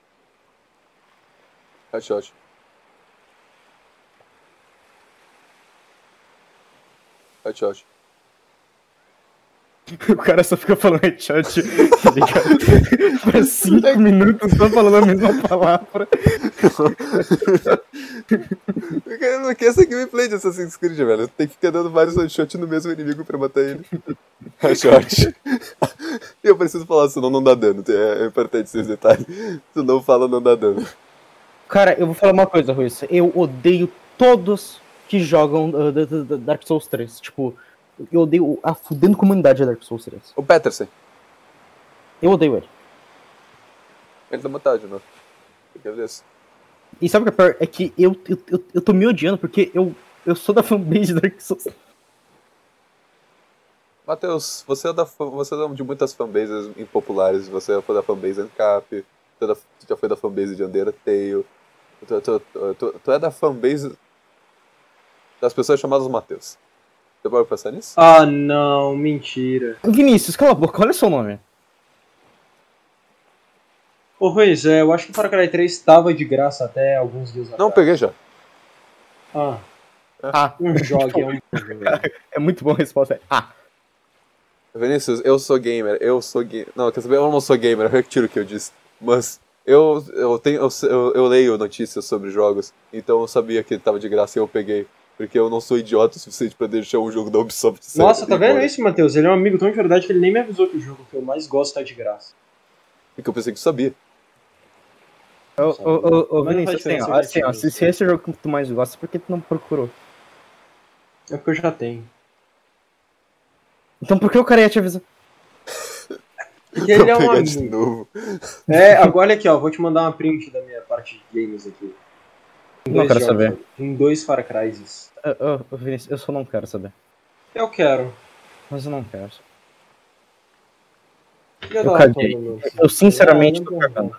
[SPEAKER 2] Headshot. Headshot.
[SPEAKER 3] O cara só fica falando headshot, tá ligado? Pra cinco minutos só falando a mesma palavra.
[SPEAKER 2] Eu quero- eu quero essa gameplay de Assassin's Creed, velho. Tem que ficar dando vários headshots no mesmo inimigo pra matar ele. Headshot. E eu preciso falar, senão não dá dano. É é importante esses detalhes. Se não fala, não dá dano.
[SPEAKER 3] Cara, eu vou falar uma coisa, Ruiz. Eu odeio todos que jogam uh, da- da- da Dark Souls 3. Tipo, eu odeio a fudendo comunidade da Dark Souls 3.
[SPEAKER 2] O Peterson.
[SPEAKER 3] Eu odeio ele.
[SPEAKER 2] Ele dá metade, não. Quer ver isso?
[SPEAKER 3] E sabe o que é pior? É que eu, eu, eu, eu tô me odiando porque eu, eu sou da fanbase da Dark Souls.
[SPEAKER 2] Matheus, você é, da, fa- você é da- de muitas fanbases impopulares. Você foi da fanbase Ancap. Tu, é da- tu já foi da fanbase de Andeira Tail. Tu, tu, tu, tu- tu é da fanbase das pessoas chamadas Matheus. Você pode pensar nisso?
[SPEAKER 1] Ah, não. Mentira.
[SPEAKER 3] Vinícius, cala a boca, olha só o nome.
[SPEAKER 1] Ô, Ruiz, é, eu acho que o Far Cry 3 estava de graça até alguns dias
[SPEAKER 2] Não,
[SPEAKER 1] atrás.
[SPEAKER 2] peguei já.
[SPEAKER 1] Ah,
[SPEAKER 3] Ah,
[SPEAKER 1] um jogo é um jogo.
[SPEAKER 3] é muito boa a resposta. é Ah,
[SPEAKER 2] Vinícius, eu sou gamer, eu sou gamer. Não, quer saber? Eu não sou gamer, eu retiro o que eu disse. Mas eu, eu, tenho, eu, eu, eu leio notícias sobre jogos, então eu sabia que ele tava de graça e eu peguei. Porque eu não sou idiota o suficiente pra deixar um jogo da Ubisoft sair
[SPEAKER 1] Nossa, tá vendo
[SPEAKER 2] embora.
[SPEAKER 1] isso, Matheus? Ele é um amigo tão de verdade que ele nem me avisou que o jogo que eu mais gosto tá de graça.
[SPEAKER 2] Porque eu pensei É que tu sabia.
[SPEAKER 3] ô, ô, ô, ô,
[SPEAKER 1] um Mas não
[SPEAKER 3] Vinícius,
[SPEAKER 1] faz
[SPEAKER 3] assim,
[SPEAKER 1] diferença,
[SPEAKER 3] ó, assim, ó,
[SPEAKER 1] Vinícius.
[SPEAKER 3] se, se esse é o jogo que tu mais gosta, por que tu não procurou?
[SPEAKER 1] É porque eu já tenho.
[SPEAKER 3] Então por que o cara ia te avisar?
[SPEAKER 1] Porque ele é
[SPEAKER 2] eu
[SPEAKER 1] um
[SPEAKER 2] pegar
[SPEAKER 1] amigo.
[SPEAKER 2] de novo.
[SPEAKER 1] É, agora aqui, ó, vou te mandar uma print da minha parte de games aqui. Tem
[SPEAKER 3] Não
[SPEAKER 1] dois
[SPEAKER 3] quero
[SPEAKER 1] jogos,
[SPEAKER 3] saber.
[SPEAKER 1] Tem dois Far Cry's.
[SPEAKER 3] Ô, ô, Vinícius, eu só não quero saber.
[SPEAKER 1] Eu quero.
[SPEAKER 3] Mas eu não quero.
[SPEAKER 1] Filha
[SPEAKER 3] Eu
[SPEAKER 1] da
[SPEAKER 3] caguei.
[SPEAKER 1] puta, meu.
[SPEAKER 3] Eu sinceramente
[SPEAKER 1] Não,
[SPEAKER 3] tô
[SPEAKER 1] não
[SPEAKER 3] cagando.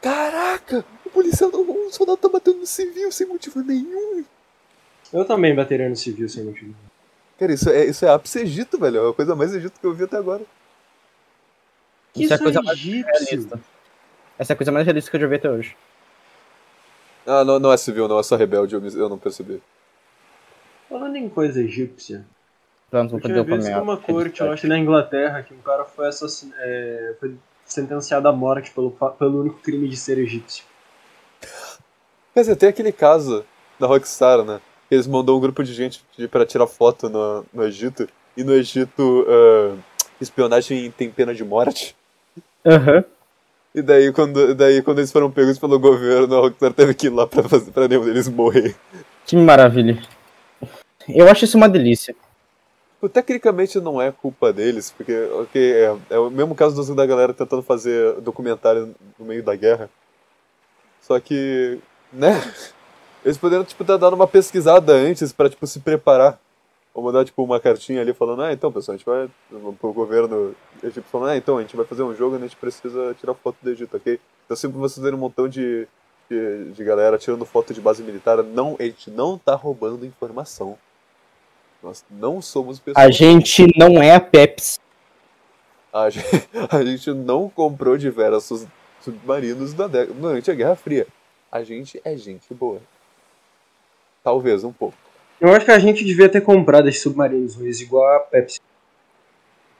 [SPEAKER 2] Caraca! O policial, o soldado tá batendo no civil sem motivo nenhum.
[SPEAKER 1] Eu também bateria no civil sem motivo.
[SPEAKER 2] Cara, isso é, isso é ápice Egito, velho. É a coisa mais Egito que eu vi até agora.
[SPEAKER 3] Isso é a coisa mais
[SPEAKER 1] egípcio.
[SPEAKER 3] realista. Essa é a coisa mais realista que eu já vi até hoje.
[SPEAKER 2] Ah, não, não é civil, não. É só rebelde. Eu, me- eu não percebi.
[SPEAKER 1] Falando em coisa egípcia,
[SPEAKER 3] Pronto, vou
[SPEAKER 1] eu
[SPEAKER 3] perder
[SPEAKER 1] tinha
[SPEAKER 3] o
[SPEAKER 1] visto
[SPEAKER 3] caminho.
[SPEAKER 1] uma corte, eu acho, na Inglaterra, que um cara foi, assassin... é, foi sentenciado à morte pelo, fa- pelo único crime de ser egípcio.
[SPEAKER 2] Quer dizer, tem aquele caso da Rockstar, né? Que eles mandou um grupo de gente de- pra tirar foto no, no Egito. E no Egito, ah, espionagem tem pena de morte.
[SPEAKER 3] Aham.
[SPEAKER 2] E daí quando, daí, quando eles foram pegos pelo governo, a Rockstar teve que ir lá pra, fazer, pra nenhum deles morrer.
[SPEAKER 3] Que maravilha. Eu acho isso uma delícia.
[SPEAKER 2] Tipo, Tecnicamente não é culpa deles, porque ok, é, é o mesmo caso dos- da galera tentando fazer documentário no meio da guerra. Só que, né? Eles poderiam tipo dar dado uma pesquisada antes pra tipo se preparar. Ou mandar tipo uma cartinha ali falando: "Ah, então, pessoal, a gente vai pro governo egípcio falando: "Ah, então, a gente vai fazer um jogo, né, a gente precisa tirar foto do Egito, OK?" Então sempre vocês verem um montão de, de de galera tirando foto de base militar, não, a gente não tá roubando informação. Nós não somos pessoas.
[SPEAKER 3] A gente não é a Pepsi.
[SPEAKER 2] A gen- a gente, não comprou diversos submarinos da dé- durante a Guerra Fria. A gente é gente boa. Talvez um pouco.
[SPEAKER 1] Eu acho que a gente devia ter comprado esses submarinos, Luiz, igual a Pepsi.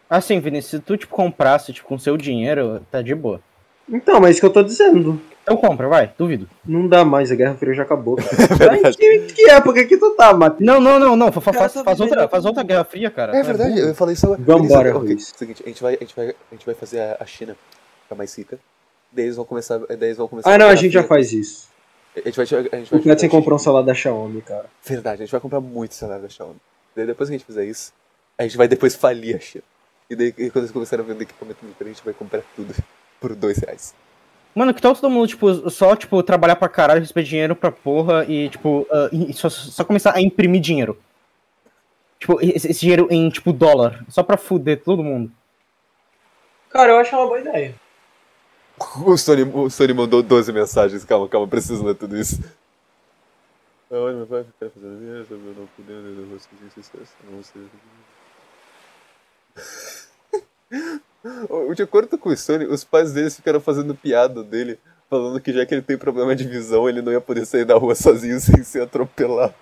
[SPEAKER 3] Assim, Vinícius, se tu, tipo, comprasse, tipo, com seu dinheiro, tá de boa.
[SPEAKER 1] Então, mas é isso que eu tô dizendo.
[SPEAKER 3] Então compra, vai, duvido.
[SPEAKER 1] Não dá mais, a Guerra Fria já acabou, cara. Ai, que, que época que tu tá, Matheus?
[SPEAKER 3] Não, não, não, não. fa- fa-
[SPEAKER 1] Cara,
[SPEAKER 3] Faz,
[SPEAKER 1] tá
[SPEAKER 3] faz outra,
[SPEAKER 1] vivendo-
[SPEAKER 3] faz outra Guerra Fria, cara.
[SPEAKER 2] É
[SPEAKER 3] tá
[SPEAKER 2] verdade,
[SPEAKER 3] bom.
[SPEAKER 2] eu falei isso agora.
[SPEAKER 1] Vambora,
[SPEAKER 2] Eles- ok,
[SPEAKER 1] Ruiz.
[SPEAKER 2] Seguinte, a gente vai, a gente vai, a gente vai fazer a, a China ficar mais rica. Daí eles vão começar, daí eles vão começar.
[SPEAKER 1] Ah, não, a
[SPEAKER 2] comprar
[SPEAKER 1] gente já
[SPEAKER 2] fila-
[SPEAKER 1] faz isso.
[SPEAKER 2] A gente vai, a gente vai
[SPEAKER 1] O Peterson
[SPEAKER 2] comprar-
[SPEAKER 1] comprou um celular da Xiaomi, cara.
[SPEAKER 2] Verdade, a gente vai comprar muito cenário da Xiaomi. Daí depois que a gente fizer isso, a gente vai depois falir a China. E daí e quando eles começarem a vender equipamento diferente, a gente vai comprar tudo por dois reais.
[SPEAKER 3] Mano, que tal todo mundo, tipo, só, tipo, trabalhar pra caralho, receber dinheiro pra porra e, tipo, ah, e só, só começar a imprimir dinheiro. Tipo, esse, esse dinheiro em, tipo, dólar. Só pra fuder todo mundo.
[SPEAKER 1] Cara, eu acho uma boa ideia.
[SPEAKER 2] O Sony, o Sony mandou 12 mensagens, calma, calma, preciso ler tudo isso. Ah, Olha, meu pai fica fazendo dinheiro, sobre eu não poder, eu vou seguir sucesso, eu não vou é ser- De acordo com o Sony, os pais deles ficaram fazendo piada dele, falando que já que ele tem problema de visão, ele não ia poder sair da rua sozinho sem ser atropelado.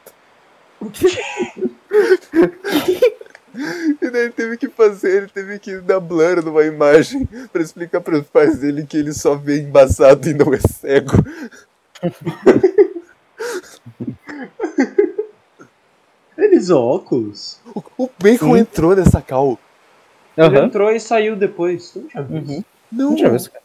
[SPEAKER 2] E daí ele teve que fazer, ele teve que dar blur numa imagem pra explicar pros pais dele que ele só vê embaçado e não é cego.
[SPEAKER 1] Eles óculos?
[SPEAKER 2] O, o Bacon entrou nessa cal.
[SPEAKER 1] Ele
[SPEAKER 3] Aham.
[SPEAKER 1] entrou e saiu depois. Tu não tinha visto?
[SPEAKER 3] Uhum.
[SPEAKER 2] Não,
[SPEAKER 3] Deixa eu ver isso, cara.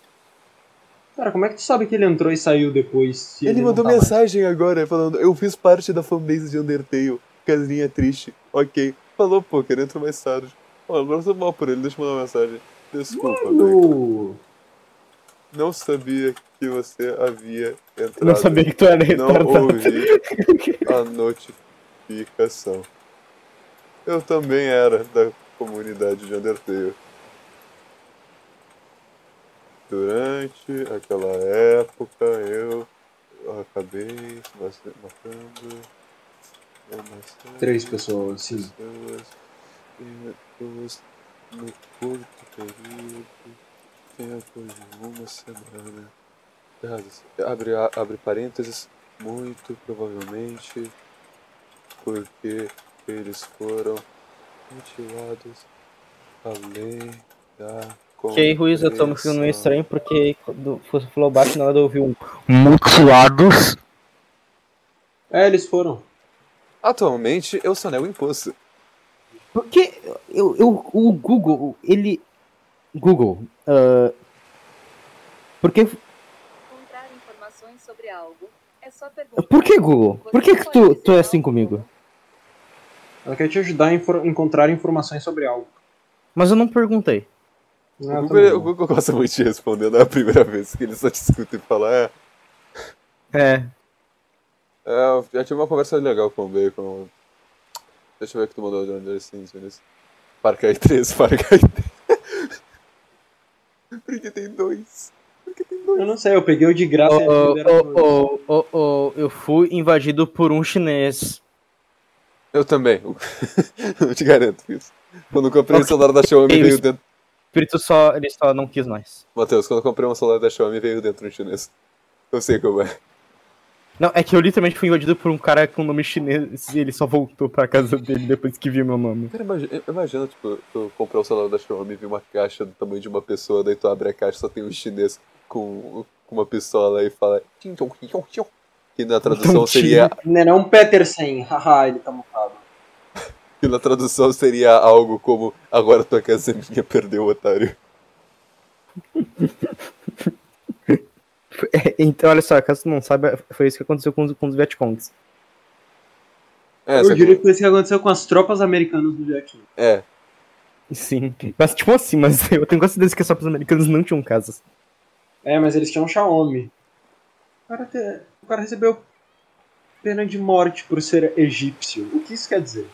[SPEAKER 1] Cara, como é que tu sabe que ele entrou e saiu depois? se
[SPEAKER 2] ele
[SPEAKER 1] não
[SPEAKER 2] mandou
[SPEAKER 1] tá mais?
[SPEAKER 2] mensagem agora falando: Eu fiz parte da fanbase de Undertale. Casinha triste. Ok. Falou, pô, quero entrar mais tarde. Ó, agora eu tô mal por ele, deixa eu mandar uma mensagem. Desculpa, Bacon.
[SPEAKER 1] No-
[SPEAKER 2] Não sabia que você havia entrado.
[SPEAKER 3] Não sabia que tu era
[SPEAKER 2] Não
[SPEAKER 3] retardado.
[SPEAKER 2] ouvi a notificação. Eu também era da comunidade de Undertale. Durante aquela época eu acabei mas- matando umas
[SPEAKER 1] Três pessoas, sim.
[SPEAKER 2] pessoas e duas no curto período, tempo de uma semana. Errados. Abre, a- abre parênteses, muito provavelmente porque eles foram mutilados além da
[SPEAKER 3] Ok, Ruiz, eu tô me
[SPEAKER 2] compreensão.
[SPEAKER 3] ficando meio estranho porque quando você falou baixo, na hora eu ouvi um.
[SPEAKER 5] Mutilados.
[SPEAKER 1] É, eles foram.
[SPEAKER 2] Atualmente eu sou Neo Imposto.
[SPEAKER 3] Porque eu, eu, o Google, ele. Google. ah, por que.
[SPEAKER 6] Encontrar informações sobre algo é só perguntar.
[SPEAKER 3] Por que, Google? Por que, que tu, tu é assim comigo?
[SPEAKER 1] Ela quer te ajudar a infor- encontrar informações sobre algo.
[SPEAKER 3] Mas eu não perguntei.
[SPEAKER 1] Ah,
[SPEAKER 2] o,
[SPEAKER 1] tá
[SPEAKER 2] Google, é-
[SPEAKER 1] bom.
[SPEAKER 2] o Google gosta muito de responder na primeira vez que ele só te escuta e fala, é,
[SPEAKER 3] É.
[SPEAKER 2] É, eu já tive uma conversa legal com o Bacon. Deixa eu ver o que tu mandou de Under Sims, Vinícius. Parque aí 3, Parque aí 3. Por que tem dois?
[SPEAKER 1] Eu não sei, eu peguei o de graça e
[SPEAKER 3] Oh,
[SPEAKER 1] eles
[SPEAKER 3] oh,
[SPEAKER 1] deram dois.
[SPEAKER 3] oh, oh, oh, eu fui invadido por um chinês.
[SPEAKER 2] Eu também. eu te garanto isso. Quando eu comprei o celular da Xiaomi,
[SPEAKER 3] Ei,
[SPEAKER 2] veio
[SPEAKER 3] isso-
[SPEAKER 2] dentro.
[SPEAKER 3] O espírito só, ele só não quis mais.
[SPEAKER 2] Matheus, quando eu comprei um celular da Xiaomi, veio dentro um chinês. Eu sei como é.
[SPEAKER 3] Não, é que eu literalmente fui invadido por um cara com nome chinês e ele só voltou pra casa dele depois que viu meu nome.
[SPEAKER 2] Cara, imagina, imagina, tipo, tu comprar o celular da Xiaomi, vi uma caixa do tamanho de uma pessoa, daí tu abre a caixa e só tem um chinês com, com uma pistola e fala. "Tim, tom, tim, tom, tim". Que na tradução seria.
[SPEAKER 1] Não é não, Peterson. Haha, ele tá mutado.
[SPEAKER 2] Que na tradução seria algo como agora tua casa é minha, perdeu otário.
[SPEAKER 3] Então, olha só, caso tu não saiba, foi isso que aconteceu com os, com os Vietcongs.
[SPEAKER 2] É,
[SPEAKER 1] eu
[SPEAKER 2] sabe?
[SPEAKER 1] diria que foi isso que aconteceu com as tropas americanas do Vietnã.
[SPEAKER 2] é.
[SPEAKER 3] Sim. Mas, tipo assim, mas eu tenho quase certeza que só os americanos não tinham casas.
[SPEAKER 1] É, mas eles tinham Xiaomi. O cara, te- o cara recebeu pena de morte por ser egípcio. O que isso quer dizer?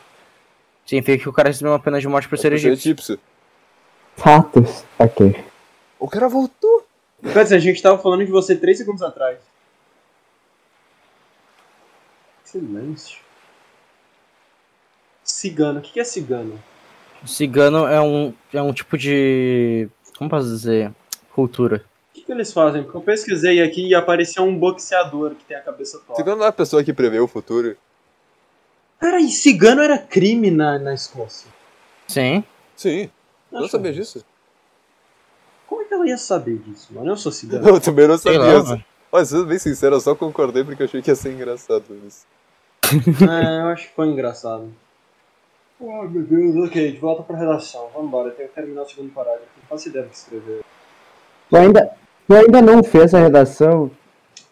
[SPEAKER 3] Significa que o cara recebeu uma pena de morte por ser
[SPEAKER 2] Porque é
[SPEAKER 3] egípcio.
[SPEAKER 2] egípcio.
[SPEAKER 4] Tatus. Ok.
[SPEAKER 2] O cara voltou.
[SPEAKER 1] Quer dizer, a gente tava falando de você três segundos atrás. Silêncio. Cigano. O que que é cigano?
[SPEAKER 3] Cigano é um, é um tipo de. Como posso dizer? Cultura.
[SPEAKER 1] O que, que eles fazem? Porque eu pesquisei aqui e apareceu um boxeador que tem a cabeça torta.
[SPEAKER 2] Segundo a pessoa que prevê o futuro,
[SPEAKER 1] Peraí, cigano era crime na, na Escócia.
[SPEAKER 3] Sim.
[SPEAKER 2] Sim, eu não
[SPEAKER 1] Acho-
[SPEAKER 2] sabia disso.
[SPEAKER 1] Como é que ela ia saber disso, mano? Eu sou cigano.
[SPEAKER 2] Eu também não
[SPEAKER 3] Sei
[SPEAKER 2] sabia.
[SPEAKER 3] lá,
[SPEAKER 2] Olha,
[SPEAKER 3] mano.
[SPEAKER 2] sendo bem sincero, eu só concordei porque eu achei que ia ser engraçado isso.
[SPEAKER 1] é, eu acho que foi engraçado. Oh, meu Deus, ok, de volta pra redação. Vambora, eu tenho que terminar o segundo parágrafo. Não faço ideia do que escrever.
[SPEAKER 4] Tu ainda, tu ainda não fez a redação?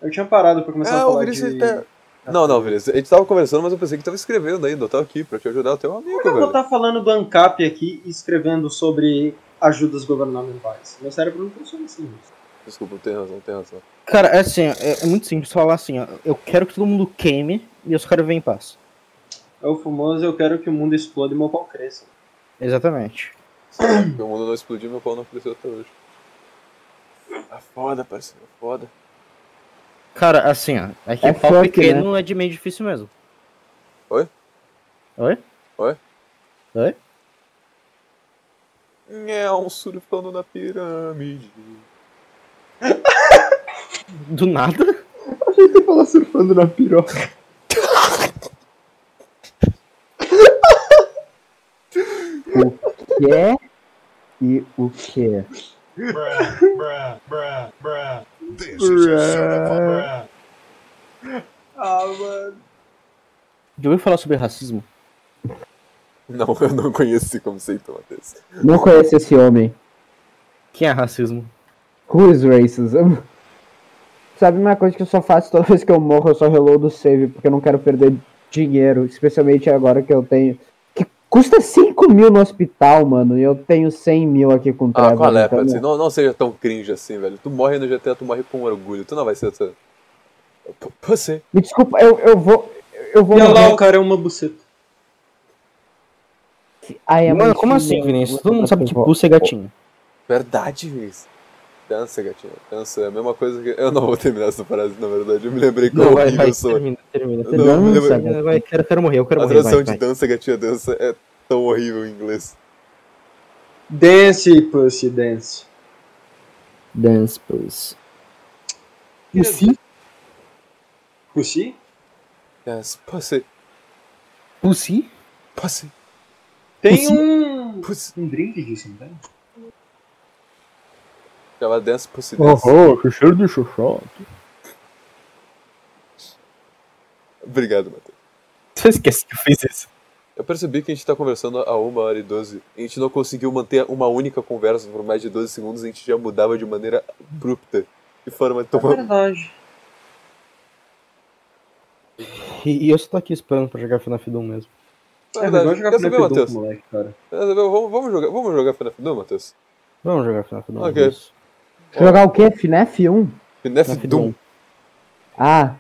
[SPEAKER 4] Eu
[SPEAKER 1] Eu tinha parado pra começar a
[SPEAKER 2] Ah, o
[SPEAKER 1] falar
[SPEAKER 2] Vinícius
[SPEAKER 1] de...
[SPEAKER 2] tá... Não, não, Vinícius, a gente tava conversando, mas eu pensei que tava escrevendo ainda, eu tava aqui pra te ajudar, eu tenho um amigo,
[SPEAKER 1] Por que eu vou
[SPEAKER 2] velho.
[SPEAKER 1] estar falando do ANCAP aqui e escrevendo sobre ajudas governamentais? Meu cérebro não funciona assim. gente.
[SPEAKER 2] Desculpa, tem razão, tem razão.
[SPEAKER 3] Cara, é assim, é, é muito simples falar assim, ó. Eu quero que todo mundo queime e eu só quero ver em paz.
[SPEAKER 1] É o famoso, eu quero que o mundo exploda e meu pau cresça.
[SPEAKER 3] Exatamente.
[SPEAKER 2] Meu mundo não explodiu, meu pau não cresceu até hoje. Tá foda, parceiro, foda.
[SPEAKER 3] Cara, assim, ó. É que
[SPEAKER 4] É
[SPEAKER 3] pau
[SPEAKER 4] fuck,
[SPEAKER 3] pequeno é de meio difícil mesmo.
[SPEAKER 2] Oi?
[SPEAKER 3] Oi?
[SPEAKER 2] É um surfando na pirâmide.
[SPEAKER 3] Do nada?
[SPEAKER 4] achei que tu ia falar surfando na piroca. o quê? E o é. quê? Bruh.
[SPEAKER 1] Ah, mano.
[SPEAKER 3] Já ouviu falar sobre racismo?
[SPEAKER 2] Não, eu não conheço esse conceito, Matheus.
[SPEAKER 4] Não conheço esse homem.
[SPEAKER 3] Quem é racismo?
[SPEAKER 4] Who is racism? Sabe uma coisa que eu só faço toda vez que eu morro, eu só reload o save, porque eu não quero perder dinheiro, especialmente agora que eu tenho. Que custa 5 mil no hospital, mano, e eu tenho 100 mil aqui com o
[SPEAKER 2] Ah,
[SPEAKER 4] Trevor,
[SPEAKER 2] qual é,
[SPEAKER 4] então-
[SPEAKER 3] né?
[SPEAKER 2] Patsy? Não, não seja tão cringe assim, velho. Tu morre no GTA, tu morre com orgulho. Tu não vai ser essa... P- Pussy.
[SPEAKER 4] Me desculpa, eu, eu vou. Eu vou.
[SPEAKER 1] E olha lá,
[SPEAKER 4] morrer.
[SPEAKER 1] o cara é uma buceta.
[SPEAKER 4] I am
[SPEAKER 3] Mano, como
[SPEAKER 4] a
[SPEAKER 3] assim,
[SPEAKER 4] female.
[SPEAKER 3] Vinícius? Todo mundo sabe que pulsa é gatinho.
[SPEAKER 2] Verdade, Vinícius. Dança, gatinha. Dança. É a mesma coisa que... Eu não vou terminar essa frase, na verdade. Eu me lembrei como
[SPEAKER 3] Não, vai,
[SPEAKER 2] horrível
[SPEAKER 3] vai,
[SPEAKER 2] eu sou.
[SPEAKER 3] termina, termina,
[SPEAKER 2] Não,
[SPEAKER 3] termina.
[SPEAKER 2] não,
[SPEAKER 4] Dança,
[SPEAKER 3] Vai, vai, quero, quero morrer, eu quero
[SPEAKER 2] A
[SPEAKER 3] morrer.
[SPEAKER 2] tradução
[SPEAKER 3] Vai,
[SPEAKER 2] de
[SPEAKER 3] vai.
[SPEAKER 2] dança, gatinha, dança é tão horrível em inglês.
[SPEAKER 1] Dance, pussy, dance.
[SPEAKER 3] Dance, please.
[SPEAKER 4] Pussy?
[SPEAKER 1] Pussy?
[SPEAKER 2] Yes, pussy.
[SPEAKER 3] Pussy?
[SPEAKER 2] Pussy.
[SPEAKER 1] Tem um...
[SPEAKER 2] Pussy.
[SPEAKER 1] Um drink disso, não tem?
[SPEAKER 2] Chama dance, pussy, dance.
[SPEAKER 4] que cheiro de xoxó.
[SPEAKER 2] Obrigado, Matheus.
[SPEAKER 3] Você esquece que eu fiz isso.
[SPEAKER 2] Eu percebi que a gente tá conversando há 1 hora e 12. A gente não conseguiu manter uma única conversa por mais de 12 segundos, a gente já mudava de maneira abrupta. De forma
[SPEAKER 1] É
[SPEAKER 2] tão.
[SPEAKER 1] verdade.
[SPEAKER 3] E, e eu só tô aqui esperando pra jogar Final Fantasy um mesmo.
[SPEAKER 1] É verdade, eu jogar
[SPEAKER 2] Quer
[SPEAKER 1] com
[SPEAKER 2] saber,
[SPEAKER 1] o
[SPEAKER 2] Matheus?
[SPEAKER 1] Neptune, moleque, cara.
[SPEAKER 2] Quer saber? Vamos, vamos jogar, vamos jogar FNAF 2, Matheus?
[SPEAKER 3] Vamos jogar Final Fantasy um,
[SPEAKER 2] Ok.
[SPEAKER 4] Jogar o quê? FNAF 1?
[SPEAKER 2] FNAF Doom.
[SPEAKER 3] um.
[SPEAKER 4] Ah,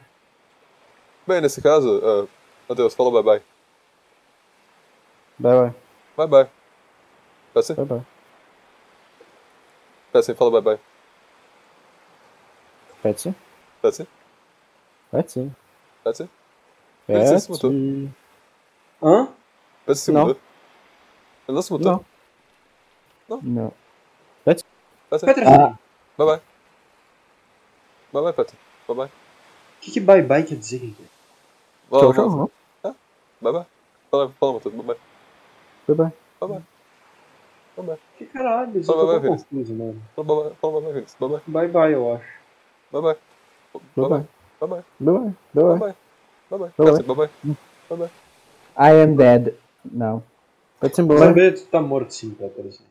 [SPEAKER 2] Bem, nesse caso, ah, Matheus, fala bye bye.
[SPEAKER 3] Vai, vai,
[SPEAKER 2] Bye bye. Peça,
[SPEAKER 4] tá
[SPEAKER 3] vai, vai.
[SPEAKER 2] peça, fala bye bye.
[SPEAKER 3] Petsy?
[SPEAKER 2] Peça,
[SPEAKER 3] Petsy.
[SPEAKER 2] peça.
[SPEAKER 4] É?
[SPEAKER 2] Petsy se mutou.
[SPEAKER 3] Petsy.
[SPEAKER 1] Hã?
[SPEAKER 2] Peça se
[SPEAKER 3] Não.
[SPEAKER 2] mudou. Ele não se mutou?
[SPEAKER 3] Não.
[SPEAKER 4] não.
[SPEAKER 2] Peça.
[SPEAKER 1] Petra,
[SPEAKER 4] Ah.
[SPEAKER 2] Bye bye. Bye bye, Petra. Bye bye.
[SPEAKER 1] o que que bye-bye quer dizer? gente?
[SPEAKER 2] Fala, fala. Bye bye. Fala, fala, Matheus. Bye bye.
[SPEAKER 3] Vai, vai.
[SPEAKER 1] Que caralho, eu
[SPEAKER 2] Só
[SPEAKER 1] tô
[SPEAKER 2] bye-bye,
[SPEAKER 1] tão confuso, mano.
[SPEAKER 2] Fala bye bye. Fala bye bye, Vinícius. Bye bye.
[SPEAKER 1] Bye-bye, eu acho.
[SPEAKER 2] Bye bye. Bye bye. Bye bye. Bye
[SPEAKER 3] Vai, vai, vai, vai.
[SPEAKER 2] bye.
[SPEAKER 3] Bye-bye.
[SPEAKER 2] Bye bye.
[SPEAKER 4] I am dead. Não.
[SPEAKER 3] Petsy embora.
[SPEAKER 1] Saber, tu tá morto sim, Petra.